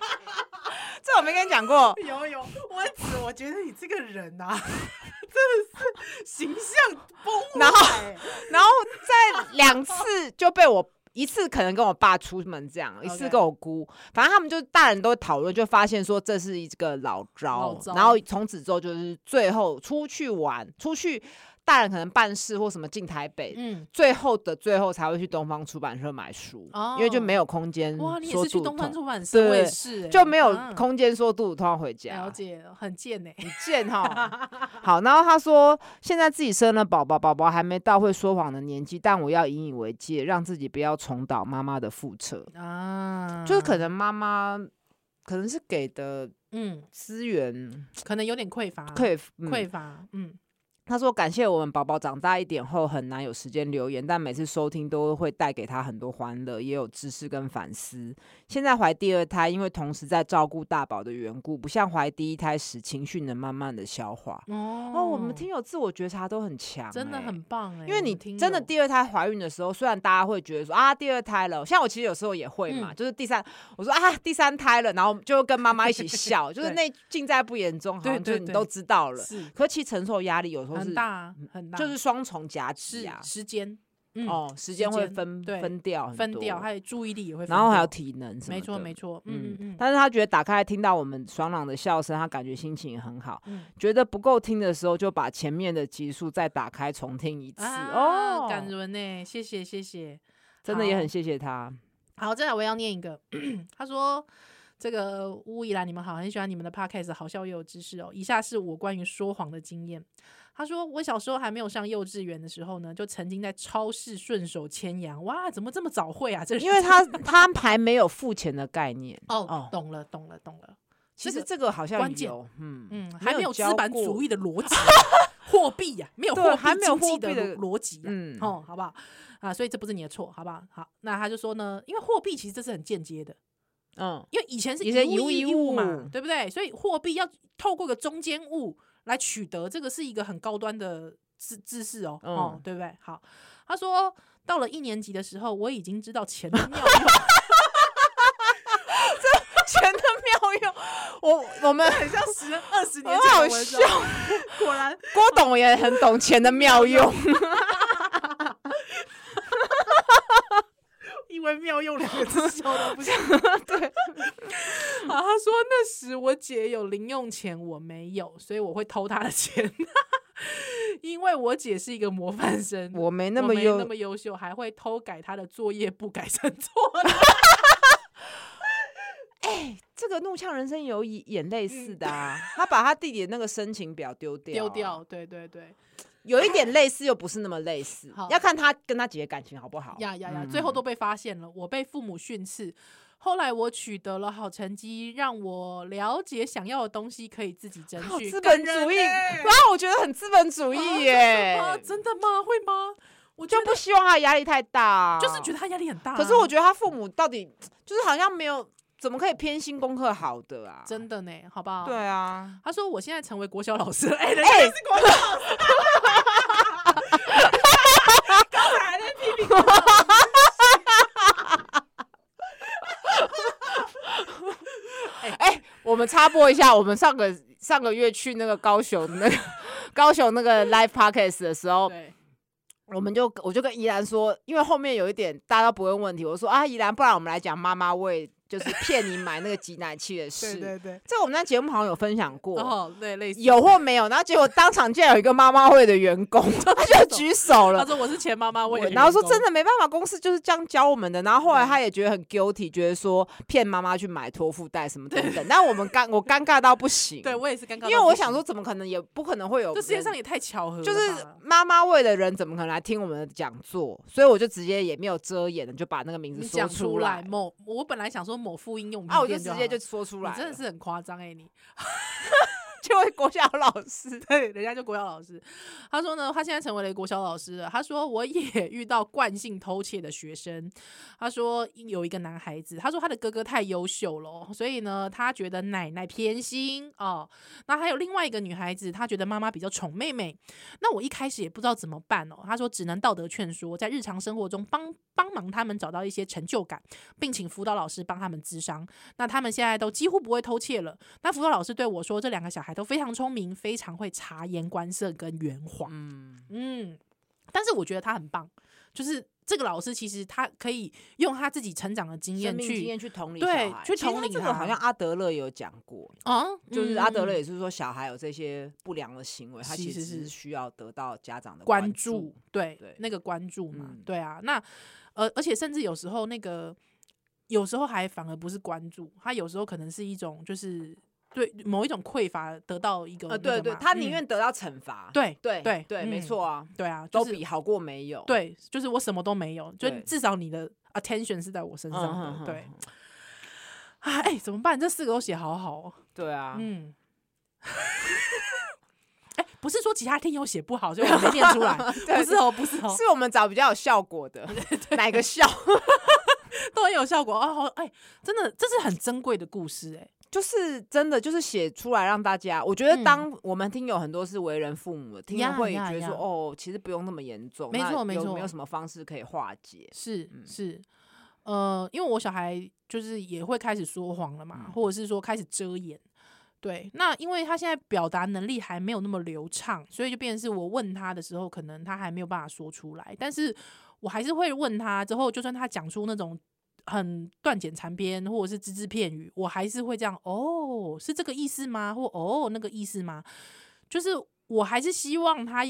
Speaker 2: 这我没跟你讲过，
Speaker 1: 有有，我只我觉得你这个人啊， 真的是形象崩
Speaker 2: 然后
Speaker 1: 坏。
Speaker 2: 然后在两次就被我。一次可能跟我爸出门这样，一次
Speaker 1: OK
Speaker 2: 跟我姑，反正他们就大人都会讨论，就发现说这是一个老招，
Speaker 1: 老招
Speaker 2: 然后从此之后就是最后出去玩，出去大人可能办事或什么进台北，
Speaker 1: 嗯，
Speaker 2: 最后的最后才会去东方出版社买书，因为就
Speaker 1: 哦
Speaker 2: 没有空间
Speaker 1: 哇，你也
Speaker 2: 说
Speaker 1: 是去
Speaker 2: 肚子
Speaker 1: 东方
Speaker 2: 痛，
Speaker 1: 出版社，我也
Speaker 2: 对
Speaker 1: 是欸，
Speaker 2: 就没有
Speaker 1: 啊
Speaker 2: 空啊间说肚子痛要回家。
Speaker 1: 了解了，很贱欸呢。
Speaker 2: 很贱哈。好，然后他说，现在自己生了宝宝，宝宝还没到会说谎的年纪，但我要引以为戒，让自己不要重蹈妈妈的覆辙。
Speaker 1: 啊，
Speaker 2: 就是可能妈妈可能是给的
Speaker 1: 嗯，
Speaker 2: 资源
Speaker 1: 可能有点匮乏，啊
Speaker 2: 匮
Speaker 1: 匮
Speaker 2: 嗯。
Speaker 1: 乏，嗯，
Speaker 2: 他说感谢我们宝宝长大一点后很难有时间留言，但每次收听都会带给他很多欢乐，也有知识跟反思。现在怀第二胎，因为同时在照顾大宝的缘故，不像怀第一胎时情绪能慢慢的消化。
Speaker 1: 哦
Speaker 2: 哦，我们听友自我觉察都很强、
Speaker 1: 真的
Speaker 2: 欸
Speaker 1: 很棒哎，
Speaker 2: 因为
Speaker 1: 我
Speaker 2: 你
Speaker 1: 们听
Speaker 2: 真的
Speaker 1: 友
Speaker 2: 第二胎怀孕的时候，虽然大家会觉得说啊第二胎了，像我其实有时候也会嘛，
Speaker 1: 嗯
Speaker 2: 就是第三，我说啊第三胎了，然后就跟妈妈一 起笑，就是那尽在不言中，好
Speaker 1: 对
Speaker 2: 像就是
Speaker 1: 对
Speaker 2: 你
Speaker 1: 对
Speaker 2: 都知道了。
Speaker 1: 是
Speaker 2: 可其实承受压力有时候是嗯
Speaker 1: 很大啊很大，
Speaker 2: 就是双重夹击
Speaker 1: 是
Speaker 2: 啊，
Speaker 1: 时间，嗯，
Speaker 2: 哦，时间会
Speaker 1: 间
Speaker 2: 分
Speaker 1: 对
Speaker 2: 分掉很
Speaker 1: 分
Speaker 2: 多
Speaker 1: 掉，还有注意力也会分掉，
Speaker 2: 然后还有体能什么
Speaker 1: 没错
Speaker 2: 的
Speaker 1: 没错，嗯
Speaker 2: 嗯
Speaker 1: 嗯嗯
Speaker 2: 但是他觉得打开听到我们爽朗的笑声，他感觉心情很好。
Speaker 1: 嗯。
Speaker 2: 觉得不够听的时候，就把前面的集数再打开重听一次、
Speaker 1: 啊
Speaker 2: 哦。
Speaker 1: 感人呢，谢谢谢谢。
Speaker 2: 真的也
Speaker 1: 好
Speaker 2: 很谢谢 他。
Speaker 1: 好，再来我要念一个， 他说。这个乌伊兰，你们好，很喜欢你们的 podcast，好笑又有知识哦。以下是我关于说谎的经验。他说，我小时候还没有上幼稚园的时候呢，就曾经在超市顺手牵羊。哇，怎么这么早会啊？这
Speaker 2: 因为他他还没有付钱的概念。
Speaker 1: 哦，
Speaker 2: 哦
Speaker 1: 懂了，懂了，懂了。
Speaker 2: 其
Speaker 1: 这
Speaker 2: 实
Speaker 1: 个
Speaker 2: 这个好像
Speaker 1: 关键
Speaker 2: 有，嗯
Speaker 1: 嗯，还没有资
Speaker 2: 教
Speaker 1: 本
Speaker 2: 过
Speaker 1: 主义的逻辑 啊货币呀，没有
Speaker 2: 对啊
Speaker 1: 货
Speaker 2: 还
Speaker 1: 币
Speaker 2: 没有
Speaker 1: 经济
Speaker 2: 货
Speaker 1: 的
Speaker 2: 币的
Speaker 1: 逻逻辑呀，
Speaker 2: 嗯
Speaker 1: 哦，好不好？啊，所以这不是你的错，好不好？好，那他就说呢，因为货币其实这是很间接的，
Speaker 2: 嗯，
Speaker 1: 因为以前是
Speaker 2: 以前
Speaker 1: 一
Speaker 2: 一物
Speaker 1: 一
Speaker 2: 一
Speaker 1: 物嘛
Speaker 2: 物，
Speaker 1: 对不对？所以货币要透过个中间物来取得，这个是一个很高端的知知识哦，哦
Speaker 2: 嗯，
Speaker 1: 对不对？好，他说到了一年级的时候，我已经知道钱的妙用，
Speaker 2: 钱的妙用，我我们
Speaker 1: 很像十二十
Speaker 2: 很好笑。
Speaker 1: 果然
Speaker 2: 郭董也很懂钱的妙用，
Speaker 1: 妙用两个字笑到不 行。
Speaker 2: 对，
Speaker 1: 啊，他说那时我姐有零用钱，我没有，所以我会偷她的钱， 因为我姐是一个模范生，
Speaker 2: 我没那
Speaker 1: 我
Speaker 2: 么
Speaker 1: 没
Speaker 2: 优
Speaker 1: 那，么优秀，还会偷改她的作业簿，改成错的。
Speaker 2: 这个《怒呛人生》有以演类似的啊，他把他弟弟的那个申请表丢
Speaker 1: 嗯
Speaker 2: 掉，啊
Speaker 1: 丢 掉，，对对对，
Speaker 2: 有一点类似又不是那么类似
Speaker 1: 好，
Speaker 2: 要看他跟他姐姐感情好不好。
Speaker 1: 呀呀呀！最后都被发现了，我被父母训斥。后来我取得了好成绩，让我了解想要的东西可以自己争
Speaker 2: 好
Speaker 1: 取。
Speaker 2: 资
Speaker 1: 感
Speaker 2: 本
Speaker 1: 人
Speaker 2: 主义，
Speaker 1: 欸
Speaker 2: 然后我觉得很资本主义耶，
Speaker 1: 啊，真的吗？会吗？我觉
Speaker 2: 就
Speaker 1: 得
Speaker 2: 不希望他的压力太大啊，
Speaker 1: 就是觉得他压力很大啊、
Speaker 2: 可是我觉得他父母到底就是好像没有怎么可以偏心功课好的啊？
Speaker 1: 真的呢，哦好不好？
Speaker 2: 对。啊，
Speaker 1: 他说：“我现在成为国小老师了， 哎、人家
Speaker 2: 哎、
Speaker 1: 是国小老师，刚才还在批评国小老
Speaker 2: 哎、我们插播一下，我们上个上个月去那个高雄那个 高雄那个 live podcast 的时候
Speaker 1: 师，对，
Speaker 2: 我们就我就跟宜兰说，因为后面有一点大家都不会问问题，我说啊，宜兰，不然我们来讲妈妈为就是骗你买那个挤奶器的事。
Speaker 1: 对，
Speaker 2: 这个我们在节目好像有分享过。
Speaker 1: 哦，对，类似
Speaker 2: 有或没有，然后结果当场竟然有一个妈妈会的员工， 他就举手了
Speaker 1: 他，说我是前妈妈，我
Speaker 2: 我
Speaker 1: 也
Speaker 2: 然后说真
Speaker 1: 的，
Speaker 2: 的没办法，公司就是这样教我们的。然后后来
Speaker 1: 对
Speaker 2: 他也觉得很 guilty，觉得说骗妈妈去买托付贷什么等 等。但我们尴我尴尬到不行，
Speaker 1: 对我也是尴尬到不
Speaker 2: 因
Speaker 1: 行，
Speaker 2: 为我想说怎么可能也不可能会有
Speaker 1: 这世界上
Speaker 2: 人
Speaker 1: 也太巧合了吧，
Speaker 2: 就是妈妈为的人怎么可能来听我们的讲座？所以我就直接也没有遮掩的就把那个名字
Speaker 1: 你
Speaker 2: 说
Speaker 1: 讲
Speaker 2: 出
Speaker 1: 出来
Speaker 2: 来
Speaker 1: 某，我本来想说某妇婴用品
Speaker 2: 啊，我就
Speaker 1: 店
Speaker 2: 直
Speaker 1: 好
Speaker 2: 接
Speaker 1: 了
Speaker 2: 就说出来了，
Speaker 1: 你真的是很夸张哎，你
Speaker 2: 就会国小老师
Speaker 1: 对，人家就国小老师，他说呢，他现在成为了国小老师了。他说我也遇到惯性偷窃的学生，他说有一个男孩子，他说他的哥哥太优秀了哦，所以呢，他觉得奶奶偏心哦。那还有另外一个女孩子，她觉得妈妈比较宠妹妹。那我一开始也不知道怎么办哦，他说只能道德劝说，在日常生活中帮帮忙他们找到一些成就感，并请辅导老师帮他们咨商。那他们现在都几乎不会偷窃了。那辅导老师对我说，这两个小孩都非常聪明，非常会察言观色跟圆谎。
Speaker 2: 嗯，
Speaker 1: 嗯，但是我觉得他很棒，就是这个老师其实他可以用他自己成长的经验
Speaker 2: 生命经
Speaker 1: 去
Speaker 2: 验去同理
Speaker 1: 对
Speaker 2: 小孩
Speaker 1: 去
Speaker 2: 其实
Speaker 1: 同
Speaker 2: 他
Speaker 1: 理
Speaker 2: 这
Speaker 1: 他
Speaker 2: 个好像阿德勒也有讲过，
Speaker 1: 啊，
Speaker 2: 就是阿德勒
Speaker 1: 嗯
Speaker 2: 也是说，小孩有这些不良的行为，他
Speaker 1: 是
Speaker 2: 其
Speaker 1: 是
Speaker 2: 实只
Speaker 1: 是
Speaker 2: 是需要得到家长的
Speaker 1: 关
Speaker 2: 注
Speaker 1: 注。，对
Speaker 2: 对
Speaker 1: 那个关注嘛，
Speaker 2: 嗯
Speaker 1: 对啊，那呃，而且甚至有时候那个，有时候还反而不是关注，他有时候可能是一种就是对某一种匮乏得到一个那
Speaker 2: 呃，
Speaker 1: 个
Speaker 2: 对对，
Speaker 1: 嘛
Speaker 2: 他宁
Speaker 1: 嗯
Speaker 2: 愿得到惩罚。
Speaker 1: 对
Speaker 2: 对
Speaker 1: 对
Speaker 2: 对，没
Speaker 1: 嗯
Speaker 2: 错啊，
Speaker 1: 对啊，就
Speaker 2: 都
Speaker 1: 是
Speaker 2: 比好过没有。
Speaker 1: 对，就是我什么都没有，就
Speaker 2: 对
Speaker 1: 至少你的 attention 是在我身
Speaker 2: 嗯，
Speaker 1: 上的，
Speaker 2: 哼哼
Speaker 1: 对
Speaker 2: 哼。
Speaker 1: 啊，哎、怎么办？这四个都写好好哦、
Speaker 2: 对啊，
Speaker 1: 嗯。哎、不是说其他听友写不好，所以我没念出来，
Speaker 2: 对
Speaker 1: 不是哦，不是哦，
Speaker 2: 是我们找比较有效果的，哪个效？
Speaker 1: 都很有效果哦。好哎、真的，这是很珍贵的故事哎、
Speaker 2: 就是真的，就是写出来让大家，我觉
Speaker 1: 嗯
Speaker 2: 得当我们听友很多是为人父母的，听友
Speaker 1: 呀
Speaker 2: 会
Speaker 1: 呀
Speaker 2: 觉得说，
Speaker 1: 呀
Speaker 2: 哦，其实不用那么严重，
Speaker 1: 没
Speaker 2: 那
Speaker 1: 错没
Speaker 2: 有
Speaker 1: 错
Speaker 2: 没有什么方式可以化解？
Speaker 1: 是
Speaker 2: 嗯
Speaker 1: 是，呃，因为我小孩就是也会开始说谎了嘛，
Speaker 2: 嗯
Speaker 1: 或者是说开始遮掩。对，那因为他现在表达能力还没有那么流畅，所以就变成是我问他的时候，可能他还没有办法说出来，但是我还是会问他。之后就算他讲出那种很断简残篇或者是只字片语，我还是会这样哦，是这个意思吗？或哦那个意思吗？就是我还是希望他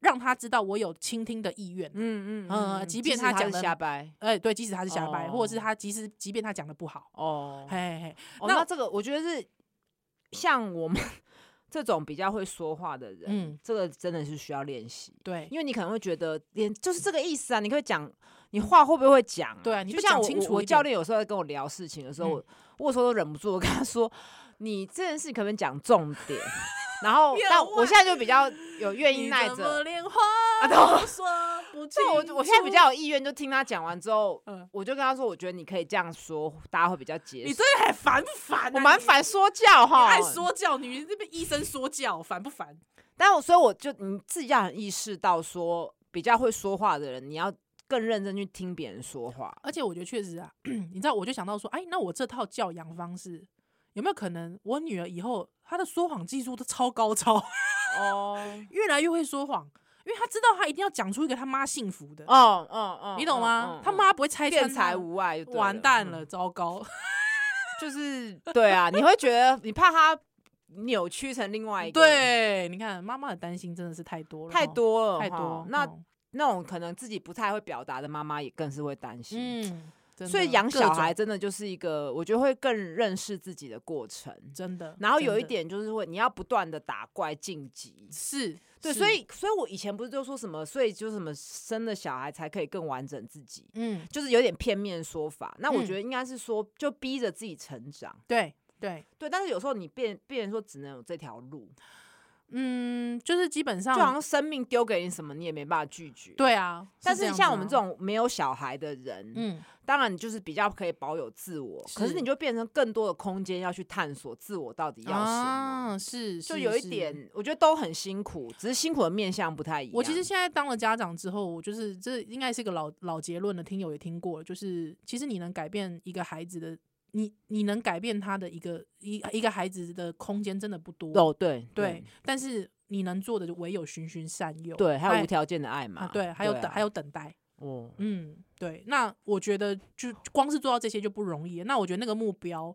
Speaker 1: 让他知道我有倾听的意愿。
Speaker 2: 嗯
Speaker 1: 呃即便他讲
Speaker 2: 是
Speaker 1: 得
Speaker 2: 瞎掰
Speaker 1: 哎、对，即使他是瞎掰，或者是
Speaker 2: 哦
Speaker 1: 他即使即便他讲的不好，
Speaker 2: 哦，
Speaker 1: 嘿嘿，
Speaker 2: 哦、
Speaker 1: 那
Speaker 2: 那这个我觉得是像我们 这种比较会说话的人，
Speaker 1: 嗯，
Speaker 2: 这个真的是需要练习，
Speaker 1: 对，
Speaker 2: 因为你可能会觉得连就是这个意思啊，你可以讲。你话会不会讲啊、
Speaker 1: 对啊你
Speaker 2: 就
Speaker 1: 不
Speaker 2: 像
Speaker 1: 讲
Speaker 2: 我
Speaker 1: 清
Speaker 2: 我
Speaker 1: 楚
Speaker 2: 我
Speaker 1: 一
Speaker 2: 教
Speaker 1: 点
Speaker 2: 练有时候在跟我聊事情的时候，
Speaker 1: 嗯
Speaker 2: 我我有时候都忍不住，我跟他说：“你这件事可不可以讲重点？” 然 后
Speaker 1: 你很，
Speaker 2: 但我
Speaker 1: 坏
Speaker 2: 现在就比较有愿意
Speaker 1: 你
Speaker 2: 耐
Speaker 1: 怎
Speaker 2: 着
Speaker 1: 么，连话
Speaker 2: 啊对
Speaker 1: 都说 不清
Speaker 2: 对啊
Speaker 1: 楚
Speaker 2: 我我现在比，较有意愿，就听他讲完之后，
Speaker 1: 嗯
Speaker 2: 我就跟他说：“我觉得你可以这样说，大家会比较接
Speaker 1: 你
Speaker 2: 受。
Speaker 1: 真的很烦不烦、啊？”
Speaker 2: 我蛮
Speaker 1: 你，
Speaker 2: 反说教
Speaker 1: 你
Speaker 2: 哈，
Speaker 1: 爱说教，你这边医生说教，烦不烦？
Speaker 2: 但我所以我就你自己要很意识到说，比较会说话的人，你要更认真去听别人说话。
Speaker 1: 而且我觉得确实啊， 你知道，我就想到说，哎，那我这套教养方式有没有可能，我女儿以后她的说谎技术都超高超，
Speaker 2: 哦，
Speaker 1: 越来越会说谎？因为他知道他一定要讲出一个他妈幸福的，
Speaker 2: 哦哦哦，
Speaker 1: 你懂吗
Speaker 2: 嗯？
Speaker 1: 他，妈不会拆
Speaker 2: 嗯
Speaker 1: 穿
Speaker 2: 辩
Speaker 1: 他
Speaker 2: 才无碍就对，
Speaker 1: 完蛋
Speaker 2: 嗯
Speaker 1: 了，糟糕！
Speaker 2: 就是 对啊，你会觉得你怕他扭曲成另外一个，，
Speaker 1: 对，你看妈妈的担心真的是太多了，
Speaker 2: 太
Speaker 1: 哈
Speaker 2: 多了哈，
Speaker 1: 太多。
Speaker 2: 那
Speaker 1: 哈
Speaker 2: 那种可能自己不太会表达的妈妈也更是会担心。
Speaker 1: 嗯，真
Speaker 2: 所以
Speaker 1: 的
Speaker 2: 养
Speaker 1: 各
Speaker 2: 小
Speaker 1: 种
Speaker 2: 孩真的就是一个，我觉得会更认识自己的过程。
Speaker 1: 真的，
Speaker 2: 然后有
Speaker 1: 真
Speaker 2: 一
Speaker 1: 的
Speaker 2: 点就是会，你要不断的打怪晋级。
Speaker 1: 是，
Speaker 2: 对，
Speaker 1: 是
Speaker 2: 所以，所以我以前不是就说什么，所以就什么生了小孩才可以更完整自己，
Speaker 1: 嗯，
Speaker 2: 就是有点片面说法。那我
Speaker 1: 嗯
Speaker 2: 觉得应该是说，就逼着自己成长。
Speaker 1: 对对，
Speaker 2: 对，但是有时候你变变成说只能有这条路，
Speaker 1: 嗯，就是基本
Speaker 2: 就好
Speaker 1: 上
Speaker 2: 像生命丢给你什么，你也没办法拒绝。，
Speaker 1: 对啊。
Speaker 2: 但
Speaker 1: 是
Speaker 2: 是
Speaker 1: 样
Speaker 2: 像
Speaker 1: 子
Speaker 2: 我们
Speaker 1: 啊
Speaker 2: 这，种没有小孩的人，
Speaker 1: 嗯，
Speaker 2: 当然你就是比较可以保有自我，可是
Speaker 1: 是
Speaker 2: 你就变成更多的空间要去探索自我到底要什么。
Speaker 1: 啊，是，
Speaker 2: 哦就是有一
Speaker 1: 是
Speaker 2: 点，我觉得都很辛苦，只是辛苦的面向不太一样。
Speaker 1: 我其实现在当了家长之后，我就是这应该是个老老结论了，听友也听过了，就是其实你能改变一个孩子的，你你能改变他的一个一一个孩子的空间真的不多，
Speaker 2: 哦，对
Speaker 1: 对，但是你能做的就唯有循循善诱，
Speaker 2: 对，还有无
Speaker 1: 哎
Speaker 2: 条件的爱嘛，
Speaker 1: 啊，对，还有等、
Speaker 2: 啊
Speaker 1: 还有等待，
Speaker 2: 哦，
Speaker 1: 嗯，对，那我觉得就光是做到这些就不容易了。那我觉得那个目标，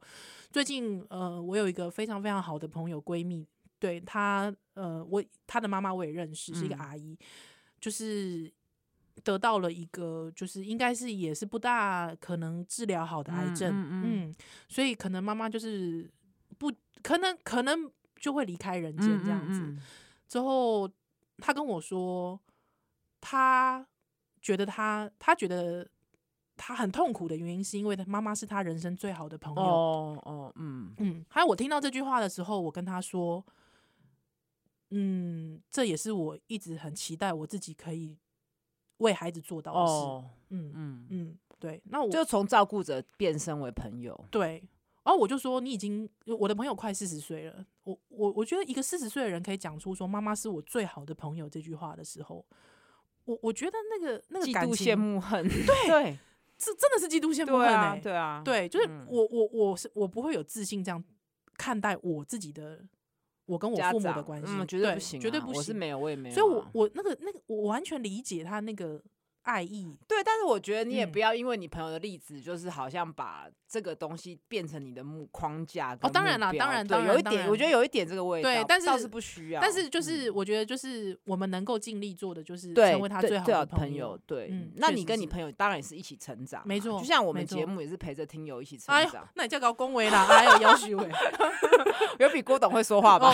Speaker 1: 最近呃，我有一个非常非常好的朋友闺蜜，对她呃，我她的妈妈我也认识，是一个
Speaker 2: 嗯
Speaker 1: 阿姨，就是得到了一个就是应该是也是不大可能治疗好的癌
Speaker 2: 嗯
Speaker 1: 症，
Speaker 2: 嗯嗯
Speaker 1: 所以可能妈妈就是不可能可能就会离开人间这样子。
Speaker 2: 嗯
Speaker 1: 之后，他跟我说，他觉得他他觉得他很痛苦的原因，是因为他妈妈是他人生最好的朋友。
Speaker 2: 哦哦，嗯，
Speaker 1: 嗯，还有我听到这句话的时候，我跟他说，嗯，这也是我一直很期待我自己可以为孩子做到的事。
Speaker 2: 哦，
Speaker 1: 嗯
Speaker 2: 嗯，
Speaker 1: 嗯，对，那我
Speaker 2: 就从照顾者变身为朋友，
Speaker 1: 对，然后我就说你已经，我的朋友快四十岁了，我我我觉得一个四十岁的人可以讲出说妈妈是我最好的朋友这句话的时候，我我觉得那个那个
Speaker 2: 嫉
Speaker 1: 感
Speaker 2: 妒、
Speaker 1: 情
Speaker 2: 羡，慕、恨，对
Speaker 1: 这真的是嫉妒羡慕
Speaker 2: 对
Speaker 1: 恨
Speaker 2: 啊，
Speaker 1: 欸
Speaker 2: 对啊，
Speaker 1: 对，就是
Speaker 2: 嗯
Speaker 1: 我我我是我不会有自信这样看待我自己的。我跟我
Speaker 2: 家
Speaker 1: 父母的
Speaker 2: 长
Speaker 1: 关系、
Speaker 2: 嗯，绝
Speaker 1: 对
Speaker 2: 不行啊，
Speaker 1: 绝对不
Speaker 2: 我是
Speaker 1: 行。
Speaker 2: 没有，我也没有啊，
Speaker 1: 所以我，我那个那个，我完全理解他那个爱意，
Speaker 2: 对，但是我觉得你也
Speaker 1: 嗯
Speaker 2: 不要因为你朋友的例子，就是好像把这这个东西变成你的目框架跟目标。
Speaker 1: 哦当然啦当然
Speaker 2: 对
Speaker 1: 当然
Speaker 2: 有一
Speaker 1: 当
Speaker 2: 点，
Speaker 1: 然
Speaker 2: 我觉得有一点这个味道，
Speaker 1: 对但
Speaker 2: 倒
Speaker 1: 是
Speaker 2: 是不需要。
Speaker 1: 但是就
Speaker 2: 嗯
Speaker 1: 是我觉得就是我们能够尽力做的，就是
Speaker 2: 对
Speaker 1: 成为他
Speaker 2: 对
Speaker 1: 最好
Speaker 2: 最好
Speaker 1: 的
Speaker 2: 的朋
Speaker 1: 友
Speaker 2: 友。，对，
Speaker 1: 嗯
Speaker 2: 那
Speaker 1: 确
Speaker 2: 你
Speaker 1: 实
Speaker 2: 跟你
Speaker 1: 是
Speaker 2: 朋友当然也是一起成长啊，
Speaker 1: 没错
Speaker 2: 就像我们
Speaker 1: 没
Speaker 2: 节
Speaker 1: 错
Speaker 2: 目也是陪着听友一起成
Speaker 1: 哎呦
Speaker 2: 长，，
Speaker 1: 那你叫搞恭维啦， 哎呦，姚徐伟，
Speaker 2: 有比郭董会说话吧？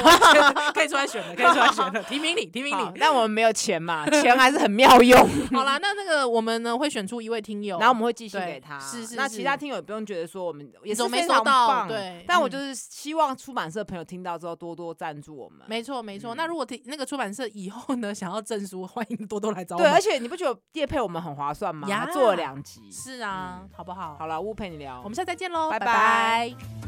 Speaker 1: 可以出来选的，可以出来 选的，提名哦你，提名
Speaker 2: 好
Speaker 1: 你。
Speaker 2: 但我们没有 钱嘛，钱还是很妙用。
Speaker 1: 好 啦，那那个我们呢会选出一位听友，
Speaker 2: 然后我们会寄信
Speaker 1: 对
Speaker 2: 给他，啊
Speaker 1: 是是
Speaker 2: 那
Speaker 1: 是
Speaker 2: 其他听友也不用觉得说我们也
Speaker 1: 你
Speaker 2: 是
Speaker 1: 都没
Speaker 2: 非
Speaker 1: 收
Speaker 2: 常
Speaker 1: 到
Speaker 2: 棒，
Speaker 1: 对
Speaker 2: 但
Speaker 1: 嗯
Speaker 2: 我就是希望出版社的朋友听到之后多多赞助我们，
Speaker 1: 没错没错。
Speaker 2: 嗯
Speaker 1: 那如果提那个出版社以后呢想要证书，欢迎多多来找我
Speaker 2: 对，而
Speaker 1: 们。
Speaker 2: 且你不觉得叶配我们很划算吗？
Speaker 1: 呀
Speaker 2: 做了两集，
Speaker 1: 是啊，好不好？
Speaker 2: 好了，乌陪你聊，
Speaker 1: 我们下次再见喽，
Speaker 2: 拜
Speaker 1: 拜
Speaker 2: 拜
Speaker 1: 拜。